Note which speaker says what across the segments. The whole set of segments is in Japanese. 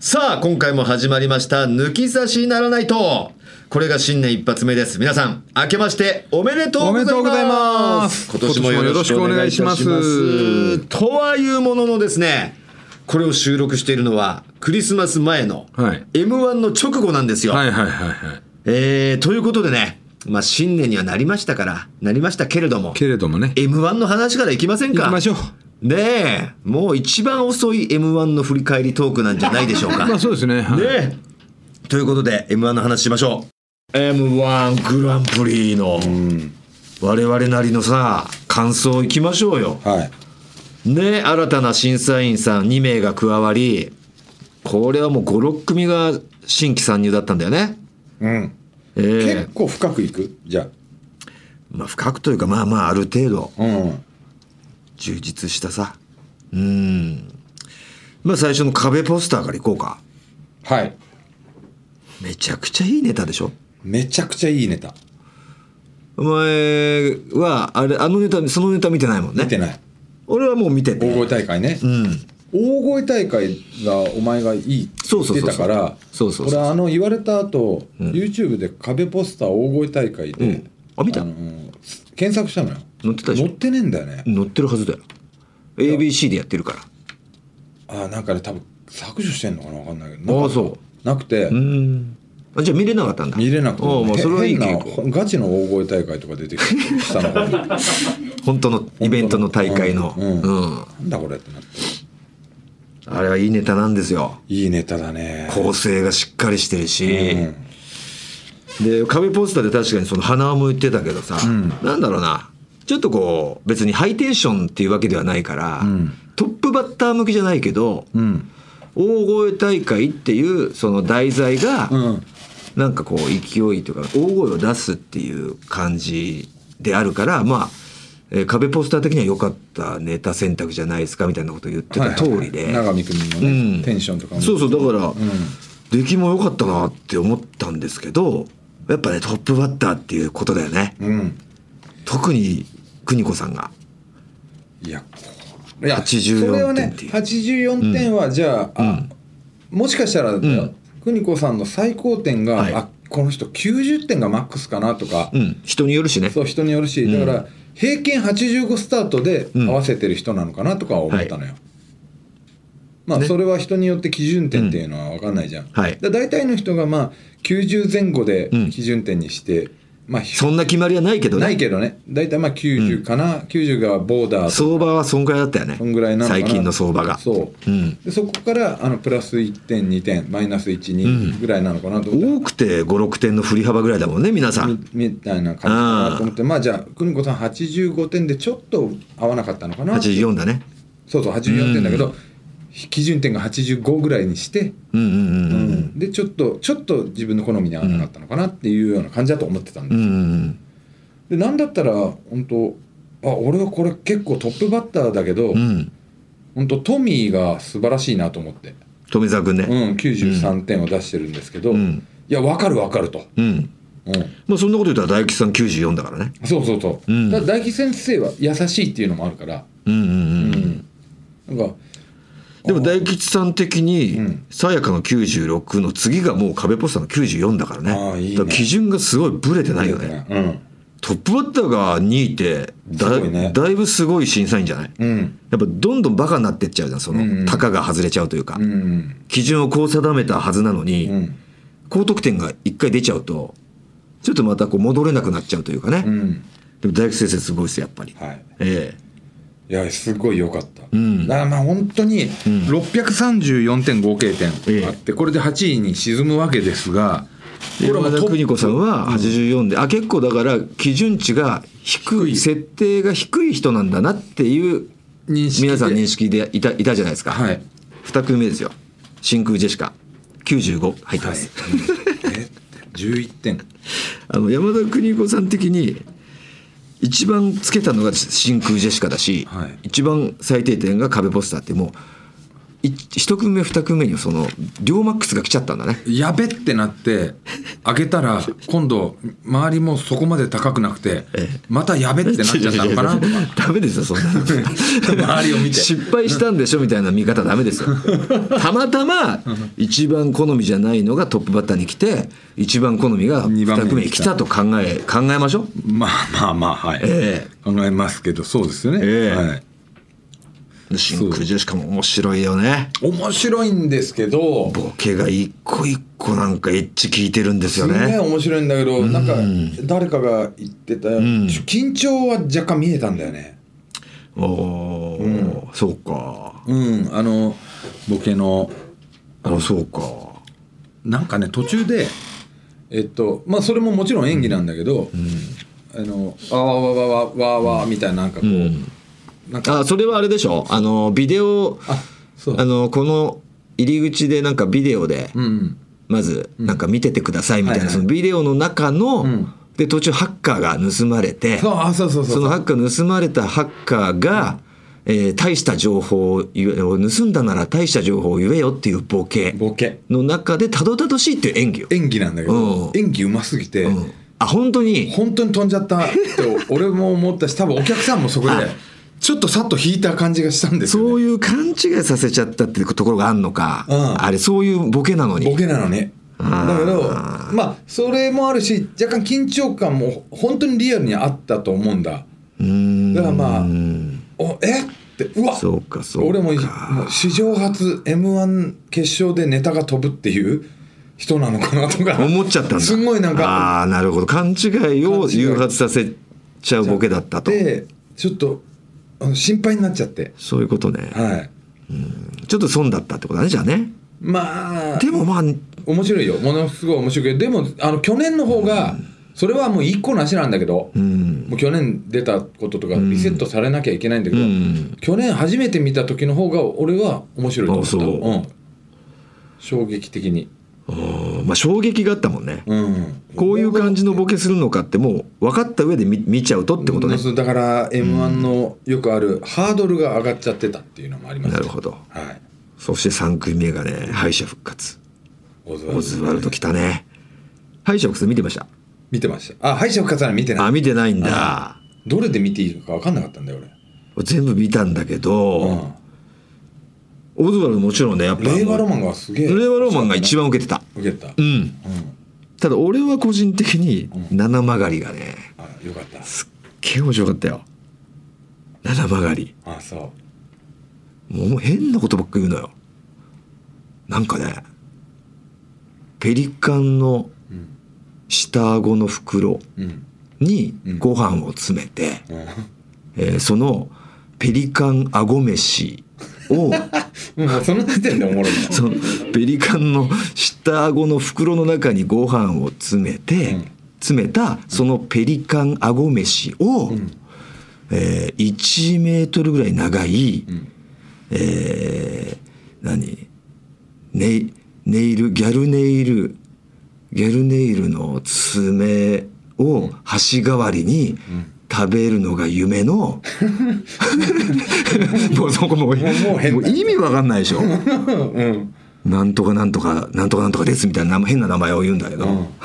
Speaker 1: さあ、今回も始まりました、抜き差しならないと。これが新年一発目です。皆さん、明けましておめでとうござ
Speaker 2: おめ
Speaker 1: います。
Speaker 2: でとうございます
Speaker 1: 今年もよろしくお願いします。
Speaker 2: 今年もよろしくお願いします
Speaker 1: とはいうもののですね、これを収録しているのは、クリスマス前の
Speaker 2: はい
Speaker 1: M1 の直後なんですよ。
Speaker 2: はいはいはいはい。
Speaker 1: えー、ということでね、まあ新年にはなりましたから、なりましたけれども、
Speaker 2: けれどもね。
Speaker 1: M1 の話からいきませんか
Speaker 2: 行きましょう。
Speaker 1: ねえ、もう一番遅い M1 の振り返りトークなんじゃないでしょう か。
Speaker 2: まあそうですね。はい
Speaker 1: ねえということで M1 の話しましょう M1 グランプリの我々なりのさ感想いきましょうよ
Speaker 3: はい。
Speaker 1: ねえ新たな審査員さん2名が加わりこれはもう56組が新規参入だったんだよね
Speaker 3: うん。
Speaker 1: ええ
Speaker 3: 結構深くいくじゃ
Speaker 1: まあ深くというかまあまあある程度
Speaker 3: あ。うん。
Speaker 1: 充実したさうんまあ最初の壁ポスターからいこうか
Speaker 3: はい。
Speaker 1: めちゃくちゃいいネタでしょ
Speaker 3: めちゃくちゃいいネタ。
Speaker 1: お前はあれあのネタそのネタ見てないもんね
Speaker 3: 見てない。
Speaker 1: 俺はもう見て
Speaker 3: 大
Speaker 1: て。
Speaker 3: 声大会ね。
Speaker 1: うん。
Speaker 3: 大声大会がお前がいいって
Speaker 1: そ
Speaker 3: 言
Speaker 1: う
Speaker 3: っ
Speaker 1: そうそう
Speaker 3: てたから
Speaker 1: そうそうそうそう
Speaker 3: 俺あの言われた後、YouTube で壁ポスター大声大会で、
Speaker 1: うんあ見た
Speaker 3: の検索したのよ
Speaker 1: 載ってたでしょ
Speaker 3: 載ってねえんだよね、
Speaker 1: 乗ってるはずだよ。ABC でやってるから。
Speaker 3: ああなんかね多分削除してんのかな分かんないけどなんか
Speaker 1: あそう
Speaker 3: なくて
Speaker 1: うん。あじゃあ見れなかったんだ。
Speaker 3: 見れなくて
Speaker 1: おうもうそれはいい
Speaker 3: へ変
Speaker 1: 傾
Speaker 3: な
Speaker 1: 向。
Speaker 3: ガチの大声大会とか出てきて下の方にな
Speaker 1: 本当の イベントの大会の。
Speaker 3: うんうん
Speaker 1: うん
Speaker 3: んだこれってなって
Speaker 1: あれはいいネタなんですよ。
Speaker 3: いいネタだね
Speaker 1: 構成がしっかりしてるし
Speaker 3: う。ん
Speaker 1: で、壁ポスターで確かにその鼻緒も言ってたけどさ、
Speaker 3: ん
Speaker 1: なんだろうな。ちょっとこう、別にハイテンションっていうわけではないから、
Speaker 3: ん
Speaker 1: トップバッター向きじゃないけど、
Speaker 3: うん
Speaker 1: 大声大会っていうその題材が、
Speaker 3: うん
Speaker 1: なんかこう勢いというか大声を出すっていう感じであるからまあ、えー壁ポスター的には良かったネタ選択じゃないですかみたいなことを言ってた通りで、
Speaker 3: はいはいはい永見君のね、
Speaker 1: うん
Speaker 3: テンションとかも
Speaker 1: そうそうだから、
Speaker 3: ん
Speaker 1: 出来も良かったなって思ったんですけどやっぱねトップバッターっていうことだよね
Speaker 3: うん
Speaker 1: 特に邦子さんが
Speaker 3: いやいや
Speaker 1: 84
Speaker 3: それは
Speaker 1: 点っ
Speaker 3: ね
Speaker 1: ていう
Speaker 3: 84点はじゃあ,あ、もしかしたらだよ、
Speaker 1: ん
Speaker 3: 邦子さんの最高点が、
Speaker 1: はい
Speaker 3: あこの人90点がマックスかなとか、
Speaker 1: うん人によるしね
Speaker 3: そう人によるしだから、平均85スタートで
Speaker 1: ん
Speaker 3: 合わせてる人なのかなとかは思ったのよ、まあそれは人によって基準点っていうのは分かんないじゃん、
Speaker 1: はい
Speaker 3: だ大体の人がまあ90前後で
Speaker 1: うん
Speaker 3: 基準点にして、まあひ
Speaker 1: そんな決まりはないけど
Speaker 3: ない
Speaker 1: ね
Speaker 3: けどね大体まあ90かな、90がボーダーと
Speaker 1: 相場はそんぐらいだったよね
Speaker 3: そんぐらいなのかな
Speaker 1: 最近の相場が
Speaker 3: そ
Speaker 1: う
Speaker 3: う、
Speaker 1: ん
Speaker 3: でそこからあのプラス1点2点マイナス12ぐらいなのかなと思って、
Speaker 1: 多くて56点の振り幅ぐらいだもんね皆さん
Speaker 3: みみたいな感じかなと思ってまあじゃあ邦子さん85点でちょっと合わなかったのかな
Speaker 1: 84だね
Speaker 3: そうそう84点だけど、基準点が85ぐらいにして、
Speaker 1: うんうんうんうん
Speaker 3: でちょっとちょっと自分の好みに合わなかったのかなっていうような感じだと思ってたん
Speaker 1: う
Speaker 3: で,、
Speaker 1: んうん
Speaker 3: でなんだったら本当あ俺はこれ結構トップバッターだけ
Speaker 1: う
Speaker 3: ど、
Speaker 1: んうん
Speaker 3: 本当トミーが素晴らしいなと思って、
Speaker 1: 富澤君
Speaker 3: う
Speaker 1: ね
Speaker 3: ん、93点を出してるんですけど、
Speaker 1: うん
Speaker 3: いや分かる分かると、
Speaker 1: うん
Speaker 3: うん、
Speaker 1: まあそんなこと言ったら大吉さん94だからね
Speaker 3: そうそうそ
Speaker 1: う
Speaker 3: う、
Speaker 1: ん
Speaker 3: ただ大吉先生は優しいっていうのもあるから、
Speaker 1: うんうんうん
Speaker 3: なんか
Speaker 1: でも大吉さん的
Speaker 3: う
Speaker 1: に
Speaker 3: ん
Speaker 1: さやかの96の次がもう壁ポスターの94だからね
Speaker 3: ああいいね
Speaker 1: だから基準がすごいブレてないよね
Speaker 3: うん
Speaker 1: トップバッターが2位ってだ
Speaker 3: すごいね
Speaker 1: だいぶすごい審査員じゃない
Speaker 3: うん
Speaker 1: やっぱどんどんバカになってっちゃうじゃんそ
Speaker 3: うんう
Speaker 1: の
Speaker 3: ん
Speaker 1: たかが外れちゃうというか
Speaker 3: うん
Speaker 1: 基準をこう定めたはずなのに、
Speaker 3: うん
Speaker 1: 高得点が一回出ちゃうとちょっとまたこう戻れなくなっちゃうというかね、
Speaker 3: うん
Speaker 1: でも大学先生すごいですやっぱり、
Speaker 3: はい
Speaker 1: え
Speaker 3: いやすごい良かった、
Speaker 1: ん
Speaker 3: だからまあ本当に634.5経点あって、これで8位に沈むわけですが
Speaker 1: え
Speaker 3: は
Speaker 1: 山
Speaker 3: もう
Speaker 1: 田
Speaker 3: トップ
Speaker 1: 邦子さんは84で、あ結構だから基準値が低い
Speaker 3: 低い
Speaker 1: 設定が低い人なんだなっていう
Speaker 3: 認識で
Speaker 1: 皆さん認識でいたいたじゃないですか、
Speaker 3: はい
Speaker 1: 2組目ですよ真空ジェシカ95入ってます、
Speaker 3: え11点
Speaker 1: あの山田邦子さん的に一番つけたのが真空ジェシカだし、
Speaker 3: はい
Speaker 1: 一番最低点が壁ポスターってもうい一組目二組目にその両マックスが来ちゃったんだね
Speaker 2: やべってなって上げたら今度周りもそこまで高くなくてまたやべってなっちゃったのかなとか
Speaker 1: ダメですよそんなの
Speaker 2: 周りを見て
Speaker 1: 失敗したんでしょみたいな見方ダメですよたまたま一番好みじゃないのがトップバッターに来て一番好みが
Speaker 2: 二
Speaker 1: 二
Speaker 2: 番目に来た
Speaker 1: 組目に来たと考え考えましょう
Speaker 2: まあまあまあはい、
Speaker 1: え
Speaker 2: 考えますけどそうですよね、
Speaker 1: ええ
Speaker 2: はい、
Speaker 1: 真空ジェシカも面白いよね
Speaker 3: 面白いんですけど
Speaker 1: ボケが一個一個なんかエッチ効いてるんですよ
Speaker 3: すげえ
Speaker 1: ね
Speaker 3: 面白いんだけど、なんか誰かが言ってた、緊張は若干見えたんだよね
Speaker 1: おおー、そうか
Speaker 2: うんあのボケの
Speaker 1: あそうか
Speaker 2: なんかね途中で
Speaker 3: えっとまあそれももちろん演技なんだけど、あのあわわわわわわみたいななんかこう、なんか
Speaker 1: あそれはあれでしょあのビデオ
Speaker 3: あそう
Speaker 1: あのこの入り口でなんかビデオで、
Speaker 3: うん
Speaker 1: まずなんか見ててくださいみたいな、
Speaker 3: はいはい
Speaker 1: そのビデオの中の、
Speaker 3: ん
Speaker 1: で途中ハッカーが盗まれて
Speaker 3: そうあそうそうそう
Speaker 1: そのハッカー盗まれたハッカーが、えー大した情報を言え盗んだなら大した情報を言えよっていうボケ
Speaker 3: ボケ
Speaker 1: の中でたどたどしいっていう演技よ。
Speaker 3: 演技なんだけど、
Speaker 1: うん
Speaker 3: 演技うますぎて、
Speaker 1: うんあ本当に
Speaker 3: 本当に飛んじゃったって俺も思ったし多分お客さんもそこでちょっとさっと引いた感じがしたんですよ、ね、
Speaker 1: そういう勘違いさせちゃったっていうところがあんのか、
Speaker 3: うん
Speaker 1: あれそういうボケなのに
Speaker 3: ボケなのね
Speaker 1: あー
Speaker 3: だけどまあそれもあるし若干緊張感も本当にリアルにあったと思うんだ
Speaker 1: うーん
Speaker 3: だからまあおえってうわ
Speaker 1: そうかそうか
Speaker 3: 俺もいもう史上初 m 1決勝でネタが飛ぶっていう人なのかなとか
Speaker 1: 思っちゃったんだ
Speaker 3: すんごいなんか
Speaker 1: ああーなるほど勘違いを誘発させちゃうボケだったと
Speaker 3: でちょっとあの心配になっちゃって
Speaker 1: そういうことね
Speaker 3: はい
Speaker 1: ちょっと損だったってことだねじゃあね
Speaker 3: まあ
Speaker 1: でもまあ
Speaker 3: 面白いよものすごい面白いけどでもあの去年の方がそれはもう一個なしなんだけど、
Speaker 1: うん
Speaker 3: もう去年出たこととかリセットされなきゃいけないんだけど、
Speaker 1: うん
Speaker 3: 去年初めて見た時の方が俺は面白いと思った、
Speaker 1: あそうん
Speaker 3: 衝撃的に、
Speaker 1: あーまあ衝撃があったもんね
Speaker 3: うん、
Speaker 1: こういう感じのボケするのかってもう分かった上で見見ちゃうとってことね
Speaker 3: そうだから m 1のよくあるハードルが上がっちゃってたっていうのもあります
Speaker 1: なるほど
Speaker 3: はい
Speaker 1: そして3組目がね敗者復活
Speaker 3: オズワルド
Speaker 1: オズワルド来たね敗者復活見てました
Speaker 3: 見てましたあ敗者復活は見てな
Speaker 1: あ
Speaker 3: い
Speaker 1: 見てないんだ
Speaker 3: どれで見ていいのか分かんなかったんだよ
Speaker 1: 全部見たんだけ
Speaker 3: 俺、う
Speaker 1: ど
Speaker 3: ん、
Speaker 1: オズワルドもちろんねやっぱ
Speaker 3: 令和ロマンがすげえ
Speaker 1: 令和ロマンが一番受けてた
Speaker 3: 受けた、うん
Speaker 1: うんただ俺は個人的に七曲がりがね
Speaker 3: あよかった
Speaker 1: すっげえ面白かったよ七曲がり
Speaker 3: あそう
Speaker 1: もう変なことばっか言うのよなんかねペリカンの
Speaker 3: うん
Speaker 1: 下顎の袋
Speaker 3: うん
Speaker 1: に
Speaker 3: うん
Speaker 1: ご飯を詰めて、
Speaker 3: うん
Speaker 1: えーそのペリカン顎飯を
Speaker 3: も うその時点でおもろいな
Speaker 1: そのペリカンの下顎の袋の中にご飯を詰めて、
Speaker 3: うん
Speaker 1: 詰めたそのペリカン顎飯を、
Speaker 3: ん
Speaker 1: えー1メートルぐらい長い、
Speaker 3: ん
Speaker 1: えー何ネイネイルギャルネイルギャルネイルの爪を箸代わりに食べるのが夢 の、 もうそこもう
Speaker 3: もう変
Speaker 1: もう
Speaker 3: だ
Speaker 1: 意味わかんないでしょ
Speaker 3: うん
Speaker 1: なんとかなんとかなんとかなんとかですみたいな名前変な名前を言うんだけど、
Speaker 3: うん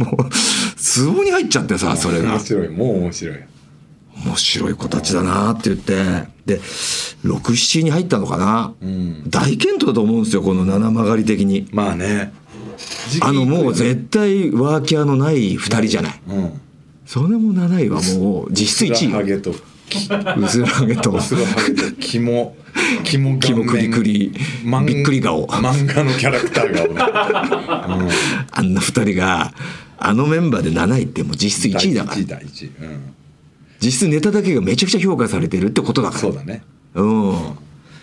Speaker 1: もう壺に入っちゃってさそれが
Speaker 3: 面白いもう面白い
Speaker 1: 面白い子たちだなって言ってで67に入ったのかな、
Speaker 3: うん
Speaker 1: 大健闘だと思うんですよこの七曲がり的に
Speaker 3: まあね
Speaker 1: あのもう絶対ワーキャーのない2人じゃない
Speaker 3: うん
Speaker 1: それも7位はもう実質
Speaker 3: つらは
Speaker 1: 1位
Speaker 3: げと
Speaker 1: うずらはげと
Speaker 3: つらはげと肝肝顔
Speaker 1: 肝
Speaker 3: 面
Speaker 1: くりくり
Speaker 3: 漫
Speaker 1: びっくり顔
Speaker 3: 漫画のキャラクターが
Speaker 1: あんな2人があのメンバーで7位ってもう実質1位だから
Speaker 3: 1位だ1位うん
Speaker 1: 実質ネタだけがめちゃくちゃ評価されてるってことだから
Speaker 3: そうだね
Speaker 1: うん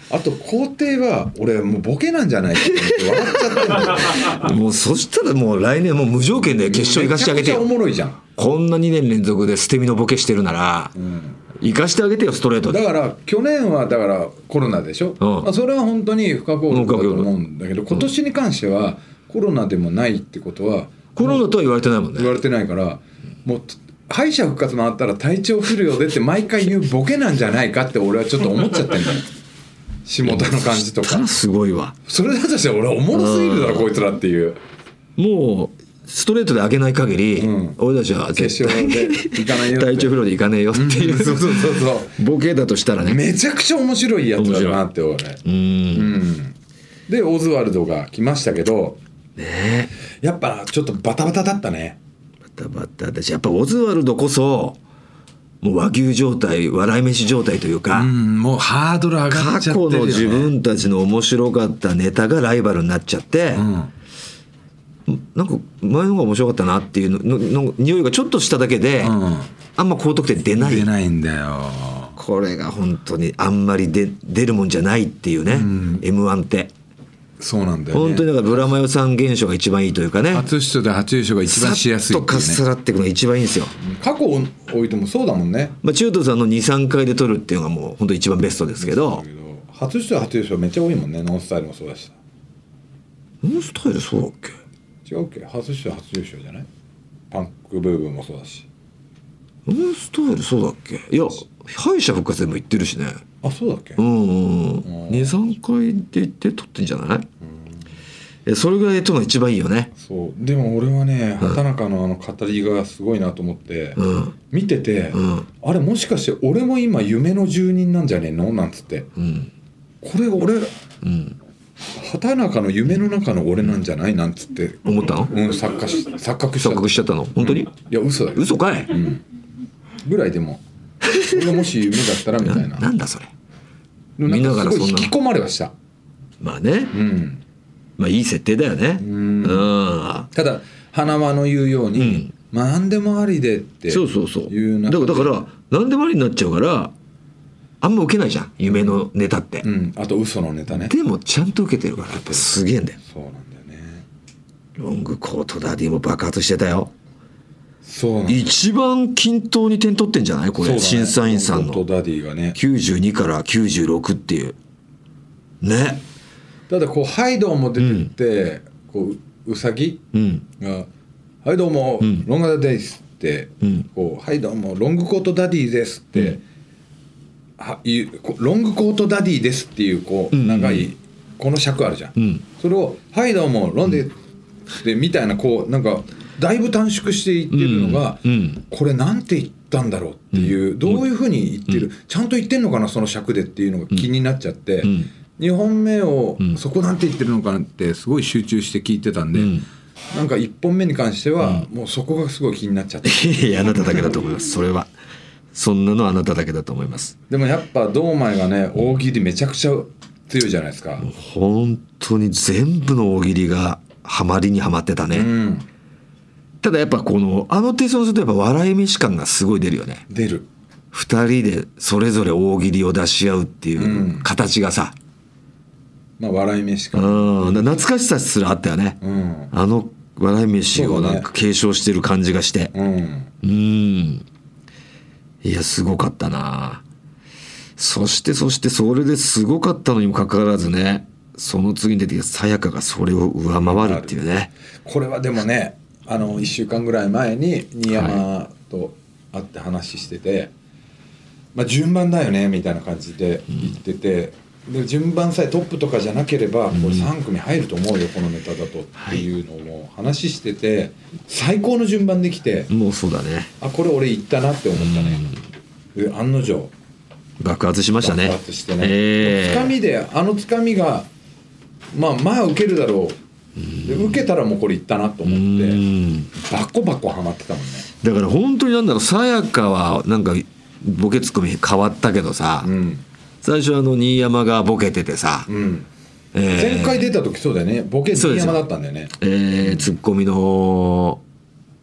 Speaker 3: あと皇帝は俺もうボケなんじゃないかと思って笑っちゃってんだよ
Speaker 1: もうそしたらもう来年もう無条件 で決勝行かしてあげて
Speaker 3: めちゃくちゃお
Speaker 1: よ
Speaker 3: もろいじゃん
Speaker 1: こんな2年連続で捨て身のボケしてるなら、行かしてあげてよストレート
Speaker 3: だ
Speaker 1: で
Speaker 3: から去年はだからコロナでしょ、
Speaker 1: うん
Speaker 3: まあ、それは本当に不可抗力だと思うんだけど今年に関してはコロナでもないってことは
Speaker 1: コロナとは言われてないもんね
Speaker 3: 言われてないからもう敗者復活もあ ったら体調不良でって毎回言うボケなんじゃないかって俺はちょっと思っちゃってんだよ下田の感じと
Speaker 1: た
Speaker 3: か
Speaker 1: だすごいわ
Speaker 3: それだとして俺はおもろすぎるだろこいつらっていう
Speaker 1: もうストレートで上げない限り、
Speaker 3: うん
Speaker 1: 俺たちは
Speaker 3: 決
Speaker 1: 絶対
Speaker 3: 勝で行かないよって
Speaker 1: 体調不良でいかねえよっていう、
Speaker 3: そうそうそうそ
Speaker 1: ボケだとしたら
Speaker 3: う
Speaker 1: ね
Speaker 3: めちゃくちゃ面白いやつだなって俺
Speaker 1: うん
Speaker 3: うんでオズワルドが来ましたけど
Speaker 1: ね
Speaker 3: やっぱちょっとバタバタだったね
Speaker 1: バタバタだしやっぱオズワルドこそもう和牛状態笑い飯状態というか、
Speaker 2: うんもうハードル上が
Speaker 1: 過
Speaker 2: っちゃってる
Speaker 1: 去
Speaker 2: よ、ね、
Speaker 1: の自分たちの面白かったネタがライバルになっちゃって、
Speaker 2: うん
Speaker 1: なんか前の方が面白かったなっていうののの匂いがちょっとしただけで、
Speaker 2: うん
Speaker 1: あんま高得点出ない
Speaker 2: 出ないんだよ
Speaker 1: これが本当にあんまりで出るもんじゃないっていうね、m 1って
Speaker 3: そうなんだよ
Speaker 1: 本当にだからブラマヨさん現象が一番いいというかね
Speaker 2: 初出場で初優勝が一番しやすい
Speaker 1: さ
Speaker 2: っ
Speaker 1: っと
Speaker 2: てい
Speaker 1: かっ
Speaker 2: う
Speaker 1: さ
Speaker 2: ね
Speaker 1: らっていくのが一番いいんですよ、
Speaker 3: 過去を置いてもそうだもんね
Speaker 1: まあ、中途さんの23回で取るっていうのがもう本当一番ベストですけど
Speaker 3: だけど初出場初優勝めっちゃ多いもんねノンスタイルもそうだし
Speaker 1: ノンスタイルそうだっけ
Speaker 3: 違うっけ初出場初優勝じゃないパンクブーブーもそうだし
Speaker 1: ノンスタイルそうだっけいや敗者復活でも行ってるしね
Speaker 3: あそうだっけ
Speaker 1: うんうんうん23回で行って取ってんじゃないえそれぐらいで取るのが一番いいよね
Speaker 3: そうでも俺はね畑中のあの語りがすごいなと思って、
Speaker 1: うん
Speaker 3: 見てて、
Speaker 1: ん
Speaker 3: あれもしかして俺も今夢の住人なんじゃねえのなんつって
Speaker 1: うん
Speaker 3: これ俺
Speaker 1: うん
Speaker 3: 畑中の夢の中の俺なんじゃないなんつって、
Speaker 1: 思ったの
Speaker 3: うん、錯覚し錯覚しち
Speaker 1: 錯
Speaker 3: ゃった
Speaker 1: 覚しちゃったの本当に、
Speaker 3: いや嘘だよ
Speaker 1: 嘘かい、
Speaker 3: ぐらいでもこれがもし夢だったらみたいな
Speaker 1: ななんだそれ
Speaker 3: でも
Speaker 1: 見ながら
Speaker 3: すごい
Speaker 1: そんなの
Speaker 3: 引き込まれはした
Speaker 1: まあね
Speaker 3: うん
Speaker 1: まあいい設定だよねうん
Speaker 3: ただ花輪の言うように、まあ何でもありでって
Speaker 1: そうそうそう
Speaker 3: いう
Speaker 1: だ
Speaker 3: な
Speaker 1: からだから何でもありになっちゃうからあんま受けないじゃん夢のネタって、
Speaker 3: うん、あと嘘のネタね
Speaker 1: でもちゃんと受けてるからやっぱすげえんだよ
Speaker 3: そうなんだよね
Speaker 1: ロングコートダディも爆発してたよ
Speaker 3: そうなんだ
Speaker 1: 一番均等に点取ってんじゃないこ
Speaker 3: そうだ
Speaker 1: れ、
Speaker 3: ね
Speaker 1: 審査員さん
Speaker 3: ロン
Speaker 1: の
Speaker 3: グコートダディがね
Speaker 1: 92から96っていうね
Speaker 3: ただこうハイドウも出てって、こううさぎ
Speaker 1: うん
Speaker 3: が「はいどうも、ロングダディです」って、
Speaker 1: うん
Speaker 3: こう「はいどうもロングコートダディです」って、はいうこうロングコートダディですっていうこう
Speaker 1: うん
Speaker 3: 長い、この尺あるじゃん、
Speaker 1: うん
Speaker 3: それを「はいどうもロンディ」でみたいなこうなんかだいぶ短縮していってるのが、
Speaker 1: うんうん
Speaker 3: これなんて言ったんだろうっていう、どういうふうに言ってる、ちゃんと言ってんのかなその尺でっていうのが気になっちゃって、
Speaker 1: ん
Speaker 3: 2本目をそこなんて言ってるのかなってすごい集中して聞いてたんで、
Speaker 1: ん
Speaker 3: なんか1本目に関してはもうそこがすごい気になっちゃって、
Speaker 1: いやいやあなただけだと思いますそれはそんなのあなただけだと思います
Speaker 3: でもやっぱ堂前がね大喜利めちゃくちゃ強いじゃないですか、
Speaker 1: 本当に全部の大喜利がハマりにはまってたね、
Speaker 3: うん、
Speaker 1: ただやっぱこのあのテイストにするとやっぱ笑い飯感がすごい出るよね
Speaker 3: 出る
Speaker 1: 2人でそれぞれ大喜利を出し合うっていう形がさ、
Speaker 3: まあ笑い飯
Speaker 1: う
Speaker 3: か、
Speaker 1: ん、だから懐かしさすらあったよね、
Speaker 3: うん
Speaker 1: あの笑い飯をなんか継承してる感じがして
Speaker 3: うん、
Speaker 1: うんいやすごかったなそしてそしてそれですごかったのにもかかわらずねその次に出てきたさやかがそれを上回るっていうね
Speaker 3: これはでもねあの1週間ぐらい前に新山と会って話してて、まあ、順番だよねみたいな感じで言ってて、で順番さえトップとかじゃなければこれ3組入ると思うよこのネタだとっていうのも話してて最高の順番できて
Speaker 1: もうそうだね
Speaker 3: あこれ俺行ったなって思ったね。で案の定
Speaker 1: 爆発しましたね
Speaker 3: 爆発してね、
Speaker 1: ええ
Speaker 3: つかみであのつかみがまあまあ受けるだろうで受けたらもうこれいったなと思って。
Speaker 1: うん
Speaker 3: バコバコハマってたもんね
Speaker 1: だから本当になんだろうさやかはなんかボケツッコミ変わったけどさ、
Speaker 3: ん
Speaker 1: 最初あの新山がボケててさ、
Speaker 3: うん
Speaker 1: えー
Speaker 3: 前回出た時そうだよねボケ
Speaker 1: そう
Speaker 3: 新
Speaker 1: ですよ
Speaker 3: 山だったんだよね
Speaker 1: えーツッコミの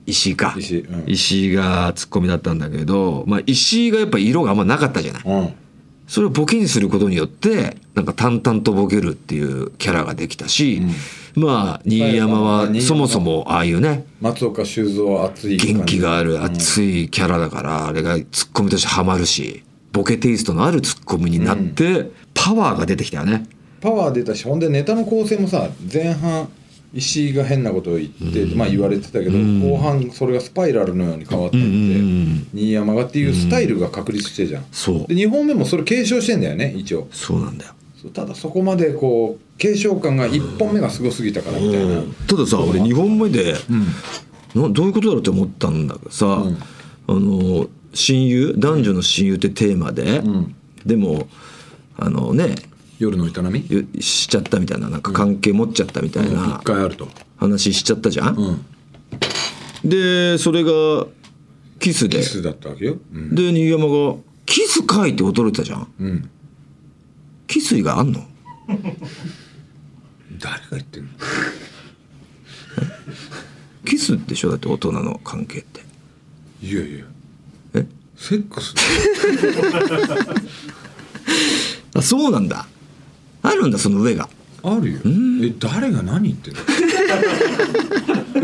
Speaker 1: 石井か
Speaker 3: 石井うん
Speaker 1: 石井がツッコミだったんだけど、まあ、石井がやっぱ色があんまなかったじゃない
Speaker 3: うん
Speaker 1: それをボケにすることによってなんか淡々とボケるっていうキャラができたし、まあ新山
Speaker 3: さやかは
Speaker 1: は
Speaker 3: 新山
Speaker 1: そもそもああいうね
Speaker 3: 松岡修造熱い感じ
Speaker 1: 元気がある熱いキャラだからあれがツッコミとしてハマるしボケテイストのあるツッコミになってパワーが出てきたよね。
Speaker 3: パワー出たしほんでネタの構成もさ前半石井が変なことを言って、まあ言われてたけど、後半それがスパイラルのように変わっていって、
Speaker 1: うん
Speaker 3: 新山がっていうスタイルが確立してじゃん、
Speaker 1: そう
Speaker 3: で2本目もそれ継承してんだよね一応
Speaker 1: そうなんだよ。
Speaker 3: ただそこまでこう継承感が1本目がすごすぎたからみたいな、
Speaker 1: たださ俺2本目で、などういうことだろうって思ったんだけどさ、あの親友男女の親友ってテーマで、でもあのね
Speaker 2: 夜の営み
Speaker 1: ゆしちゃったみたいななんか関係持っちゃったみたいな
Speaker 2: 一回あると
Speaker 1: 話しちゃったじゃん、
Speaker 2: うん
Speaker 1: でそれがキスで
Speaker 3: キスだったわけよ、うん
Speaker 1: で新山が「キスかい!」って驚いてたじゃん
Speaker 2: うん
Speaker 1: キス以外あんの
Speaker 2: 誰が言ってんの
Speaker 1: キスでしょだって大人の関係って
Speaker 2: いやいや
Speaker 1: え
Speaker 2: セックス
Speaker 1: あそうなんだあるんだその上が
Speaker 2: あるよえ誰が何言ってんの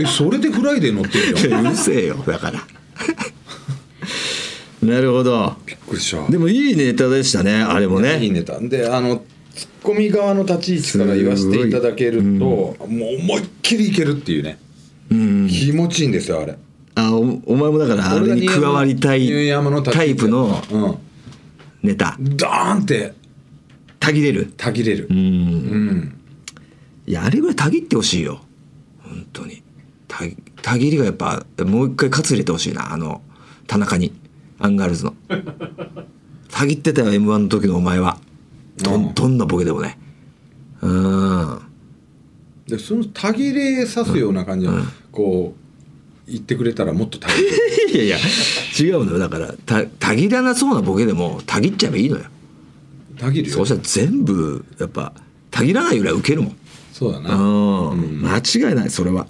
Speaker 2: えそれでフライデー乗ってる
Speaker 1: い
Speaker 2: よ
Speaker 1: やうるせえよだから なるほど
Speaker 2: びっくりした
Speaker 1: でもいいネタでしたねあれも
Speaker 3: いい
Speaker 1: ね
Speaker 3: ネタであのツッコミ側の立ち位置から言わせていただけると、もう思いっきりいけるっていうね、
Speaker 1: うん
Speaker 3: 気持ちいいんですよあれ
Speaker 1: あおお前もだからあれに加わりたい
Speaker 3: ニューヤマの立ち
Speaker 1: タ
Speaker 3: 位
Speaker 1: イ
Speaker 3: 置
Speaker 1: プの
Speaker 3: うん
Speaker 1: ネタ
Speaker 3: ドーンって
Speaker 1: たぎれる
Speaker 3: たぎれる
Speaker 1: う、ん
Speaker 3: うん、
Speaker 1: いやあれぐらいたぎってほしいよ本当にたたぎりがやっぱもう一回活入れてほしいなあの田中にアンガールズ のたぎってたよ m 1の時のお前はど,、ん、どんなボケでもねうん
Speaker 3: でそのたぎれさすような感じの、こう言ってくれたらもっとたぎれ る
Speaker 1: いやいや違うのよだからたたぎらなそうなボケでもたぎっちゃえばいいのよ
Speaker 3: たぎるよ
Speaker 1: そうしたら全部やっぱたぎらないぐらいウケるもん
Speaker 3: そうだな
Speaker 1: うん間違いないそれは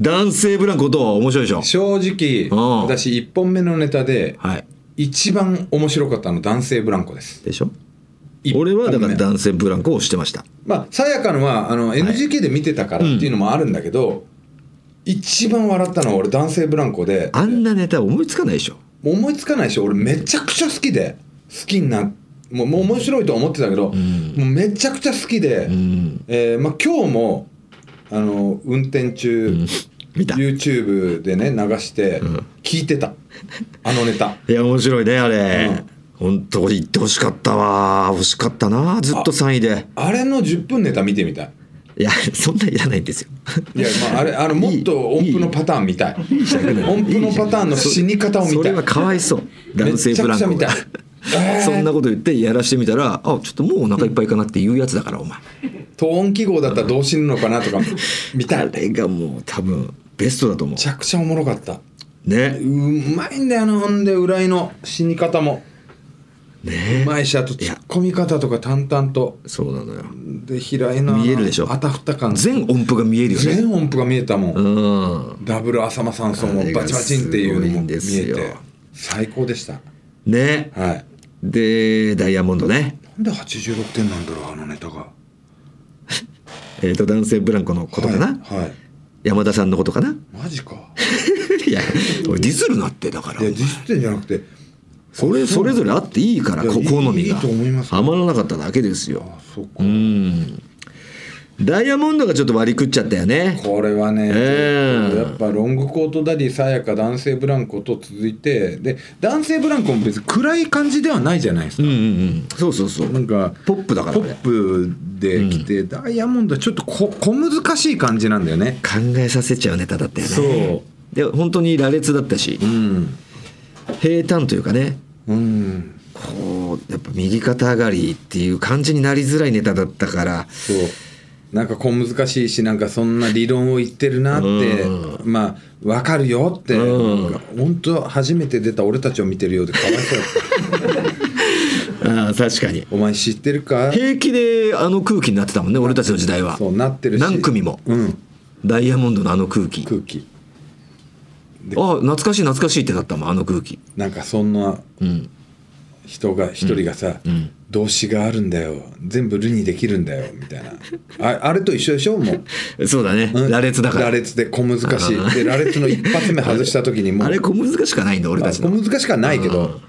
Speaker 1: 男性ブランコと面白いでしょ
Speaker 3: 正直
Speaker 1: うん
Speaker 3: 私1本目のネタで
Speaker 1: はい
Speaker 3: 一番面白かったの男性ブランコです
Speaker 1: でしょ
Speaker 3: 一本目
Speaker 1: 俺はだから男性ブランコをしてました
Speaker 3: まあさやかのはあの NGK で見てたからっていうのもあるんだけど、一番笑ったのは俺男性ブランコで
Speaker 1: あんなネタ思いつかないでしょ
Speaker 3: もう思いつかないし俺めちゃくちゃ好きで好きになもうもう面白いとは思ってたけど、
Speaker 1: ん
Speaker 3: もうめちゃくちゃ好きで、
Speaker 1: うん
Speaker 3: えーまあ、今日もあの運転中、
Speaker 1: 見たい
Speaker 3: YouTube でね流して聞いてた、あのネタ
Speaker 1: や面白いねあれ、
Speaker 3: うん
Speaker 1: 本当に行ってほしかったわ欲しかったなずっと3位で
Speaker 3: あれの10分ネタ見てみたい
Speaker 1: いやそんないらないんですよ
Speaker 3: いやまああれあのもっと音符のパターン見たい音符のパターンの死に方を見
Speaker 1: そ
Speaker 3: た
Speaker 1: れ
Speaker 3: い
Speaker 1: はかわいそう男性ブランコ
Speaker 3: めちゃ
Speaker 1: が
Speaker 3: くちゃ見たいえー
Speaker 1: そんなこと言ってやらしてみたらあちょっともうお腹いっぱいかなって言うやつだからお前
Speaker 3: トーン記号だったらどう死ぬのかなと か見た
Speaker 1: あ
Speaker 3: いめ
Speaker 1: れがもう多分ベストだと思
Speaker 3: ちゃくちゃおもろかった
Speaker 1: うね
Speaker 3: うまいんだよなほんで浦井の死に方も
Speaker 1: ね
Speaker 3: うまいしあとツッコミ方とか淡々と
Speaker 1: そうなのよ
Speaker 3: で平井のあの
Speaker 1: 見えるでしょ
Speaker 3: あたふた感
Speaker 1: 全音符が見えるよね
Speaker 3: 全音符が見えたもん、
Speaker 1: うん
Speaker 3: ダブル浅間山荘もバチバチンっていうのも見
Speaker 1: あれがす
Speaker 3: え
Speaker 1: ごいんです
Speaker 3: て
Speaker 1: よ
Speaker 3: 最高でした
Speaker 1: ね
Speaker 3: はい
Speaker 1: でダイヤモンドね
Speaker 3: なんで86点なんだろうあのネタが
Speaker 1: えっ、と男性ブランコのことかな、
Speaker 3: はい、はい、
Speaker 1: 山田さんのことか な
Speaker 3: マジか
Speaker 1: いや俺ディスるなってだから
Speaker 3: いやディスってんじゃなくて
Speaker 1: それそれぞれあっていいから
Speaker 3: いや
Speaker 1: こ
Speaker 3: いい
Speaker 1: 好みが
Speaker 3: いいと思いますよ
Speaker 1: 余らなかっただけですよ
Speaker 3: あそうか、
Speaker 1: うんダイヤモンドがちょっと割り食っちゃったよね
Speaker 3: これはね、
Speaker 1: ええ
Speaker 3: やっぱロングコートダディさやか男性ブランコと続いてで男性ブランコも別に暗い感じではないじゃないです
Speaker 1: う
Speaker 3: か、
Speaker 1: んうんうんそうそうそう
Speaker 3: なんか
Speaker 1: ポップだから
Speaker 3: ポ
Speaker 1: これ
Speaker 3: ップで来て、ダイヤモンドはちょっとこ小難しい感じなんだよね
Speaker 1: 考えさせちゃうネタだったよね
Speaker 3: そ
Speaker 1: で本当に羅列だったし
Speaker 3: うん
Speaker 1: 平坦というかね
Speaker 3: うん
Speaker 1: こうやっぱ右肩上がりっていう感じになりづらいネタだったから
Speaker 3: そうなんか小難しいしなんかそんな理論を言ってるなって、
Speaker 1: う
Speaker 3: まあ分かるよって、
Speaker 1: うん
Speaker 3: なんか本当初めて出た俺たちを見てるようでかわいそうだった
Speaker 1: ああ確かに
Speaker 3: お前知ってるか
Speaker 1: 平気であの空気になってたもんね俺たちの時代は
Speaker 3: そうなってるし
Speaker 1: 何組も
Speaker 3: うん
Speaker 1: ダイヤモンドのあの空気あ
Speaker 3: 空気
Speaker 1: 懐かしい懐かしいってなったもんあの空気
Speaker 3: なんかそんな
Speaker 1: うん
Speaker 3: 人が一人がさ、動詞があるんだよ全部「る」にできるんだよみたいなああれと一緒でしょもう、
Speaker 1: そうだね
Speaker 3: うん
Speaker 1: 羅列だから
Speaker 3: 羅列で小難しいで羅列の一発目外した時にもう
Speaker 1: あれ小難しかないんだ俺
Speaker 3: まあ
Speaker 1: たち
Speaker 3: 小
Speaker 1: の
Speaker 3: 難しくはないけど、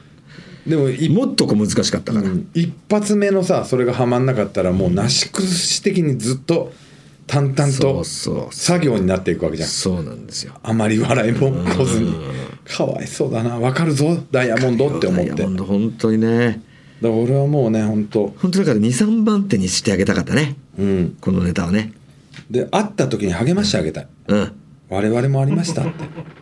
Speaker 3: でも一
Speaker 1: もっと小難しかったから
Speaker 3: うん一発目のさそれがはまんなかったらもうなし崩し的にずっと淡々
Speaker 1: そう
Speaker 3: と
Speaker 1: そう
Speaker 3: 作業になっていくわけじゃん
Speaker 1: そうなんですよ
Speaker 3: あまり笑いも来ずにかわいそうだなわかるぞダイヤモンドって思っ
Speaker 1: ダイヤ
Speaker 3: て
Speaker 1: モンド本当にね
Speaker 3: だから俺はもうね本当
Speaker 1: 本当だから23番手にしてあげたかったね
Speaker 3: うん
Speaker 1: このネタはね
Speaker 3: で会った時に励ましてあげたい
Speaker 1: うん
Speaker 3: 我々もありまし たって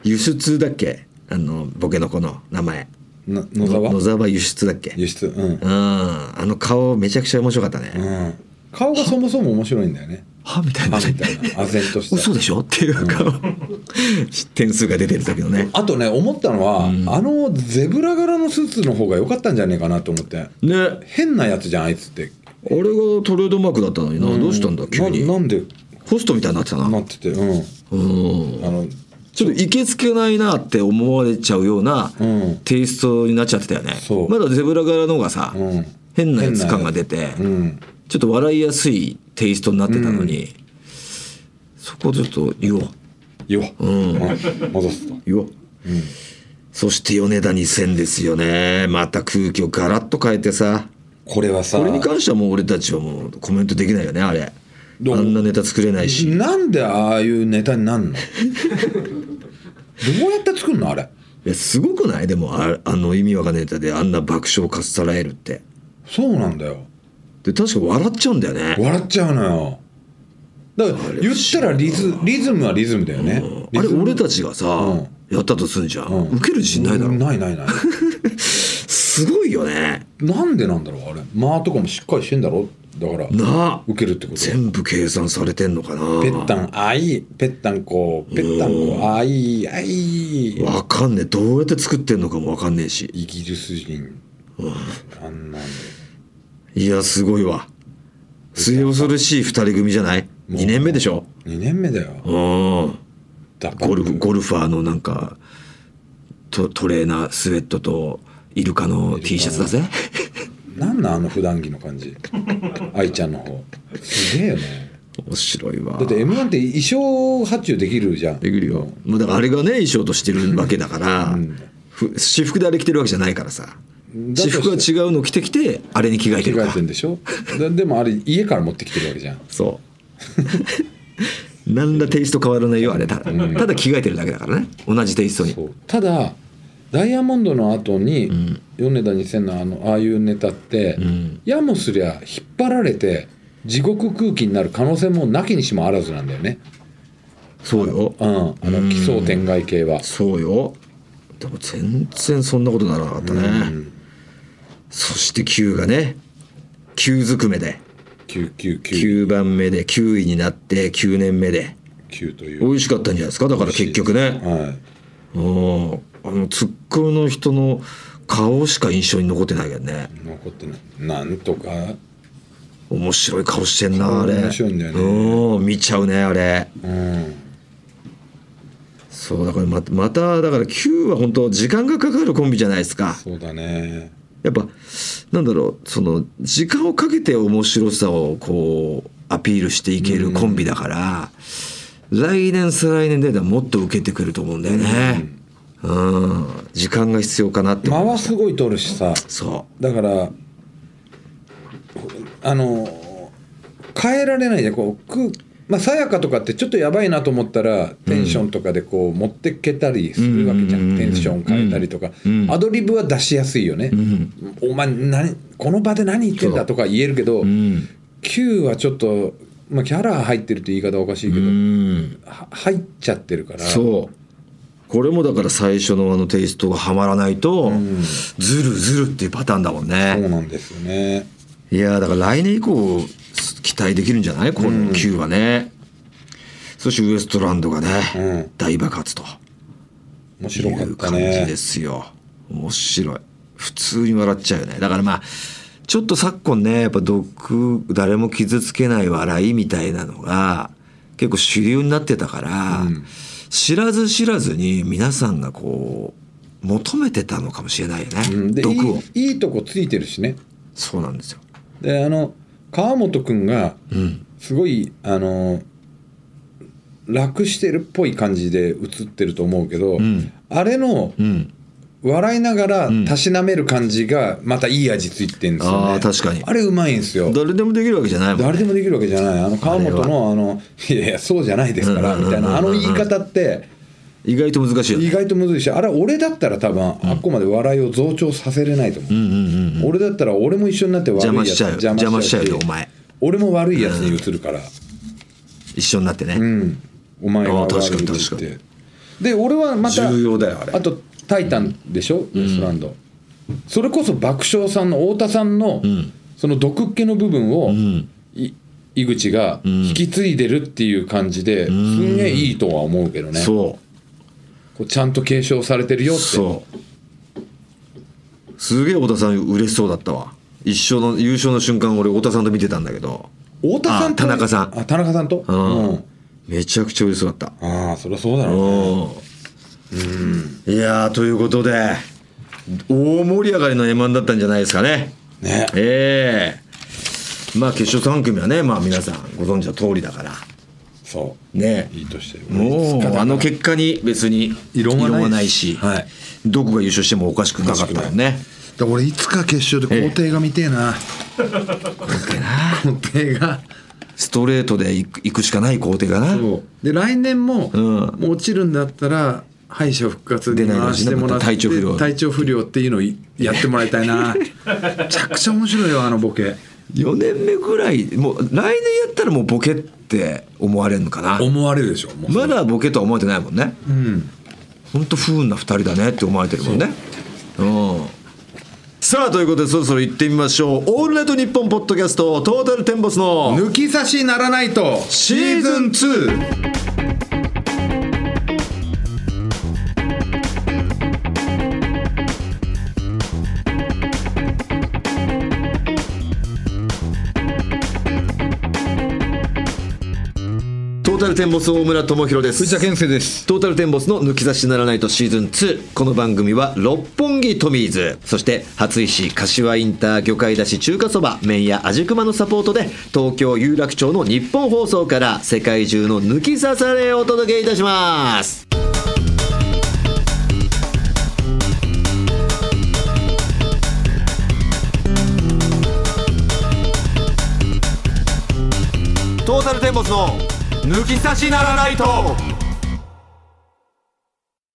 Speaker 1: 輸出だっけあのボケの子の名前
Speaker 3: な野沢
Speaker 1: 野沢輸出だっけ
Speaker 3: 輸出うん
Speaker 1: うんあの顔めちゃくちゃ面白かったね、
Speaker 3: うん顔がそもそも面白いんだ よね
Speaker 1: はみたいな
Speaker 3: 歯
Speaker 1: ね
Speaker 3: みたいな唖然とした
Speaker 1: 嘘でしょっていう顔、 点数が出てる時のね
Speaker 3: あとね思ったのは、
Speaker 1: うん
Speaker 3: あのゼブラ柄のスーツの方が良かったんじゃねえかなと思って
Speaker 1: ね
Speaker 3: 変なやつじゃんあいつって
Speaker 1: あれがトレードマークだったのにな、どうしたんだ急に
Speaker 3: ななんで
Speaker 1: ホストみたいになってたな
Speaker 3: なっててうん
Speaker 1: うん
Speaker 3: あの
Speaker 1: ちょっといけつけないなって思われちゃうような
Speaker 3: うん
Speaker 1: テイストになっちゃってたよね、
Speaker 3: そう
Speaker 1: まだゼブラ柄の方がさ、
Speaker 3: うん
Speaker 1: 変なやつ感が出て、
Speaker 3: うん
Speaker 1: ちょっと笑いやすいテイストになってたのに、そこをちょっと言おう
Speaker 3: よ、
Speaker 1: うん
Speaker 3: 戻すと
Speaker 1: 言おう、そして米田2000ですよねまた空気をガラッと変えてさ
Speaker 3: これはさ
Speaker 1: これに関してはもう俺たちはもうコメントできないよねあれあ
Speaker 3: どうん
Speaker 1: なネタ作れないし
Speaker 3: なんでああいうネタになんのどうやって作るのあれ
Speaker 1: いやすごくないでもああの意味わかんないネタであんな爆笑をかっさらえるって
Speaker 3: そうなんだよ
Speaker 1: で確か笑っちゃうんだよね
Speaker 3: 笑っちゃうのよだから言ったらリズリズムはリズムだよね、
Speaker 1: あれ
Speaker 3: リズム
Speaker 1: 俺たちがさ、
Speaker 3: う
Speaker 1: やったとすんじゃん、
Speaker 3: うん
Speaker 1: 受ける自信ないだろ、
Speaker 3: ないない ない
Speaker 1: すごいよね
Speaker 3: なんでなんだろうあれ間とかもしっかりしてんだろだから
Speaker 1: なあ
Speaker 3: 受けるってこと
Speaker 1: 全部計算されてんのかな
Speaker 3: ぺったんあいぺったんこぺったんこあいあい
Speaker 1: わかんねえどうやって作ってんのかもわかんねえし
Speaker 3: イギリス人あんなんで
Speaker 1: いやすごいわ末恐ろしい2人組じゃない2年目でしょ
Speaker 3: 2年目だよ
Speaker 1: うんゴ
Speaker 3: ダパンプ
Speaker 1: ルフゴルファーのなんかトトレーナースウェットとイルカの T シャツだ ぜ
Speaker 3: なんなんあの普段着の感 じ愛ちゃんの方すげえよね
Speaker 1: 面白いわ
Speaker 3: だって
Speaker 1: で
Speaker 3: m 1って衣装発注できるじゃん
Speaker 1: きるよもうだからあれがね衣装としてるわけだから、
Speaker 3: ん
Speaker 1: ふ私服であれ着てるわけじゃないからさ
Speaker 3: だと
Speaker 1: 私服は違うの着てきてあれに着替えて
Speaker 3: 着
Speaker 1: る
Speaker 3: 替え
Speaker 1: か
Speaker 3: てんでしょででもあれ家から持ってきてるわけじゃん
Speaker 1: そう 何らテイスト変わらないよあれただ
Speaker 3: うん
Speaker 1: ただ着替えてるだけだからね同じテイストに
Speaker 3: そうただダイヤモンドの後に、
Speaker 1: ん
Speaker 3: 米田2000のあのああいうネタって、
Speaker 1: ん
Speaker 3: やもすりゃ引っ張られて地獄空気になる可能性もなきにしもあらずなんだよね、
Speaker 1: そうよ
Speaker 3: うん、あの奇想天外系は、
Speaker 1: そうよでも全然そんなことならなかったね、
Speaker 3: うん、
Speaker 1: そして9がね9ずくめで
Speaker 3: 999
Speaker 1: 9番目で9位になって9年目で
Speaker 3: と
Speaker 1: 美
Speaker 3: いう
Speaker 1: 味しかったんじゃないですかだから結局ね
Speaker 3: はい
Speaker 1: うんあのツッコミの人の顔しか印象に残ってないけどね
Speaker 3: 残ってないなんとか
Speaker 1: 面白い顔してんなあれ
Speaker 3: 面白いんだよね
Speaker 1: うん見ちゃうねあれ
Speaker 3: うん
Speaker 1: そうだからままただから9は本当時間がかかるコンビじゃないですか
Speaker 3: そうだね
Speaker 1: やっぱなんだろうその時間をかけて面白さをこうアピールしていけるコンビだから、来年再来年でもっと受けてくると思うんだよね。うん、時間が必要かなって
Speaker 3: 間
Speaker 1: 思う。
Speaker 3: はすごい取るしさ
Speaker 1: そ
Speaker 3: だからあの変えられないでこうくまあさやかとかってちょっとやばいなと思ったらテンションとかでこう持ってけたりするわけじゃ
Speaker 1: うんうんうんう
Speaker 3: ん
Speaker 1: ん
Speaker 3: テンション変えたりとか
Speaker 1: うん
Speaker 3: アドリブは出しやすいよね
Speaker 1: ん
Speaker 3: お前何この場で何言ってんだとか言えるけど
Speaker 1: う。うん。
Speaker 3: Q はちょっとまあキャラ入ってるって言い方はおかしいけ
Speaker 1: う
Speaker 3: ど
Speaker 1: ん。
Speaker 3: は入っちゃってるから
Speaker 1: そう。これもだから最初のあのテイストがはまらないと、
Speaker 3: ん
Speaker 1: ずるずるっていうパターンだもん
Speaker 3: そう
Speaker 1: ね。
Speaker 3: なんですよね
Speaker 1: いやーだから来年以降期待できるんじゃないこの9はね。そしてウエストランドがね、
Speaker 3: うん
Speaker 1: 大爆発と。
Speaker 3: 面
Speaker 1: い
Speaker 3: 白かっ
Speaker 1: う
Speaker 3: た
Speaker 1: 感じで
Speaker 3: ね
Speaker 1: すよ。面白い。普通に笑っちゃうよね。だからまあ、ちょっと昨今ね、やっぱ毒、誰も傷つけない笑いみたいなのが、結構主流になってたから、
Speaker 3: うん
Speaker 1: 知らず知らずに皆さんがこう、求めてたのかもしれないよね。
Speaker 3: うんでい
Speaker 1: 毒を。
Speaker 3: いいいとこついてるしね
Speaker 1: そうなんですよ。
Speaker 3: であの川本君が
Speaker 1: うん。
Speaker 3: すごいあの楽してるっぽい感じで映ってると思うけど、
Speaker 1: ん
Speaker 3: あれの
Speaker 1: うん。
Speaker 3: 笑いながら
Speaker 1: ん
Speaker 3: たしなめる感じがまたいい味ついてるんですよね、
Speaker 1: ああ、確かに。
Speaker 3: あれうまいんですよ
Speaker 1: 誰でもできるわけじゃないもん。
Speaker 3: 誰でもできるわけじゃないあの川本のあの「いやいやそうじゃないですから」
Speaker 1: うんうんうん
Speaker 3: み
Speaker 1: うん
Speaker 3: たいなあの言い方って
Speaker 1: 意外と難しいよ
Speaker 3: 意
Speaker 1: ね
Speaker 3: 外とむずいしあれ俺だったら多分あっこまで笑いを増長させれないと思う,、俺だったら俺も一緒になって悪いやつ
Speaker 1: 邪魔しちゃうよ邪魔しちゃうよお前
Speaker 3: 俺も悪いやつに映るから
Speaker 1: 一緒になってね、
Speaker 3: うん、お前
Speaker 1: あ
Speaker 3: が
Speaker 1: あ
Speaker 3: 悪い
Speaker 1: 確かに
Speaker 3: って言って
Speaker 1: 確か
Speaker 3: で俺はまた
Speaker 2: 重要だよあれ
Speaker 3: と「タイタン」でしょ、ウエストランドそれこそ爆笑さんの太田さんの、その毒っ気の部分を、い井口が引き継いでるっていう感じで、すんげえいいとは思うけどね、
Speaker 1: そ
Speaker 3: こうちゃんと継承されてるよっ
Speaker 1: う
Speaker 3: て
Speaker 1: そうすげえ太田さん嬉しそうだったわ一緒の優勝の瞬間俺太田さんと見てたんだけど
Speaker 3: 太田さん
Speaker 1: あ
Speaker 3: と
Speaker 1: 田中さん
Speaker 3: あ田中さんと、
Speaker 1: うん、
Speaker 3: うん
Speaker 1: めちゃくちゃ嬉しそうだった
Speaker 3: ああそりゃそうだろうね
Speaker 1: うんいやーということで大盛り上がりの m 1だったんじゃないですかね
Speaker 3: ね
Speaker 1: ええまあ決勝3組はねまあ皆さんご存知の通りだから
Speaker 3: そ
Speaker 1: ね
Speaker 3: ういいとして
Speaker 1: もうあの結果に別に
Speaker 2: 異論はない
Speaker 1: し
Speaker 2: はい
Speaker 1: どこが優勝してもおかしくなかったもんね
Speaker 2: だから俺いつか決勝で皇帝が見てえ な、皇帝が
Speaker 1: ストレートで行く行くしかない工程かな
Speaker 2: そうで来年も,、
Speaker 1: ん
Speaker 2: もう落ちるんだったら敗者復活で
Speaker 1: 出ないの
Speaker 2: 回してもらって
Speaker 1: また体調不良
Speaker 2: 体調不良っていうのをいやってもらいたい なめちゃくちゃ面白いよあのボケ
Speaker 1: 4年目ぐらいもう来年やったらもうボケって思われるのかな
Speaker 2: 思われるでしょもう、
Speaker 1: まだボケとは思えてないもんね
Speaker 2: うん
Speaker 1: ほんと不運な2人だねって思われてるもんねうんさあということでそろそろ行ってみましょう「オールナイトニッポン」ポッドキャストトータルテンボスの
Speaker 2: 抜き差しならないとシ
Speaker 1: ーズン
Speaker 2: 2
Speaker 1: トータルテンボス大村智広です
Speaker 3: 藤田健生です
Speaker 1: トータルテンボスの抜き差しならないとシーズン2この番組は六本木トミーズそして初石柏インター魚介だし中華そば麺屋味熊のサポートで東京有楽町の日本放送から世界中の抜き差されをお届けいたしますトータルテンボスの抜き差しならないと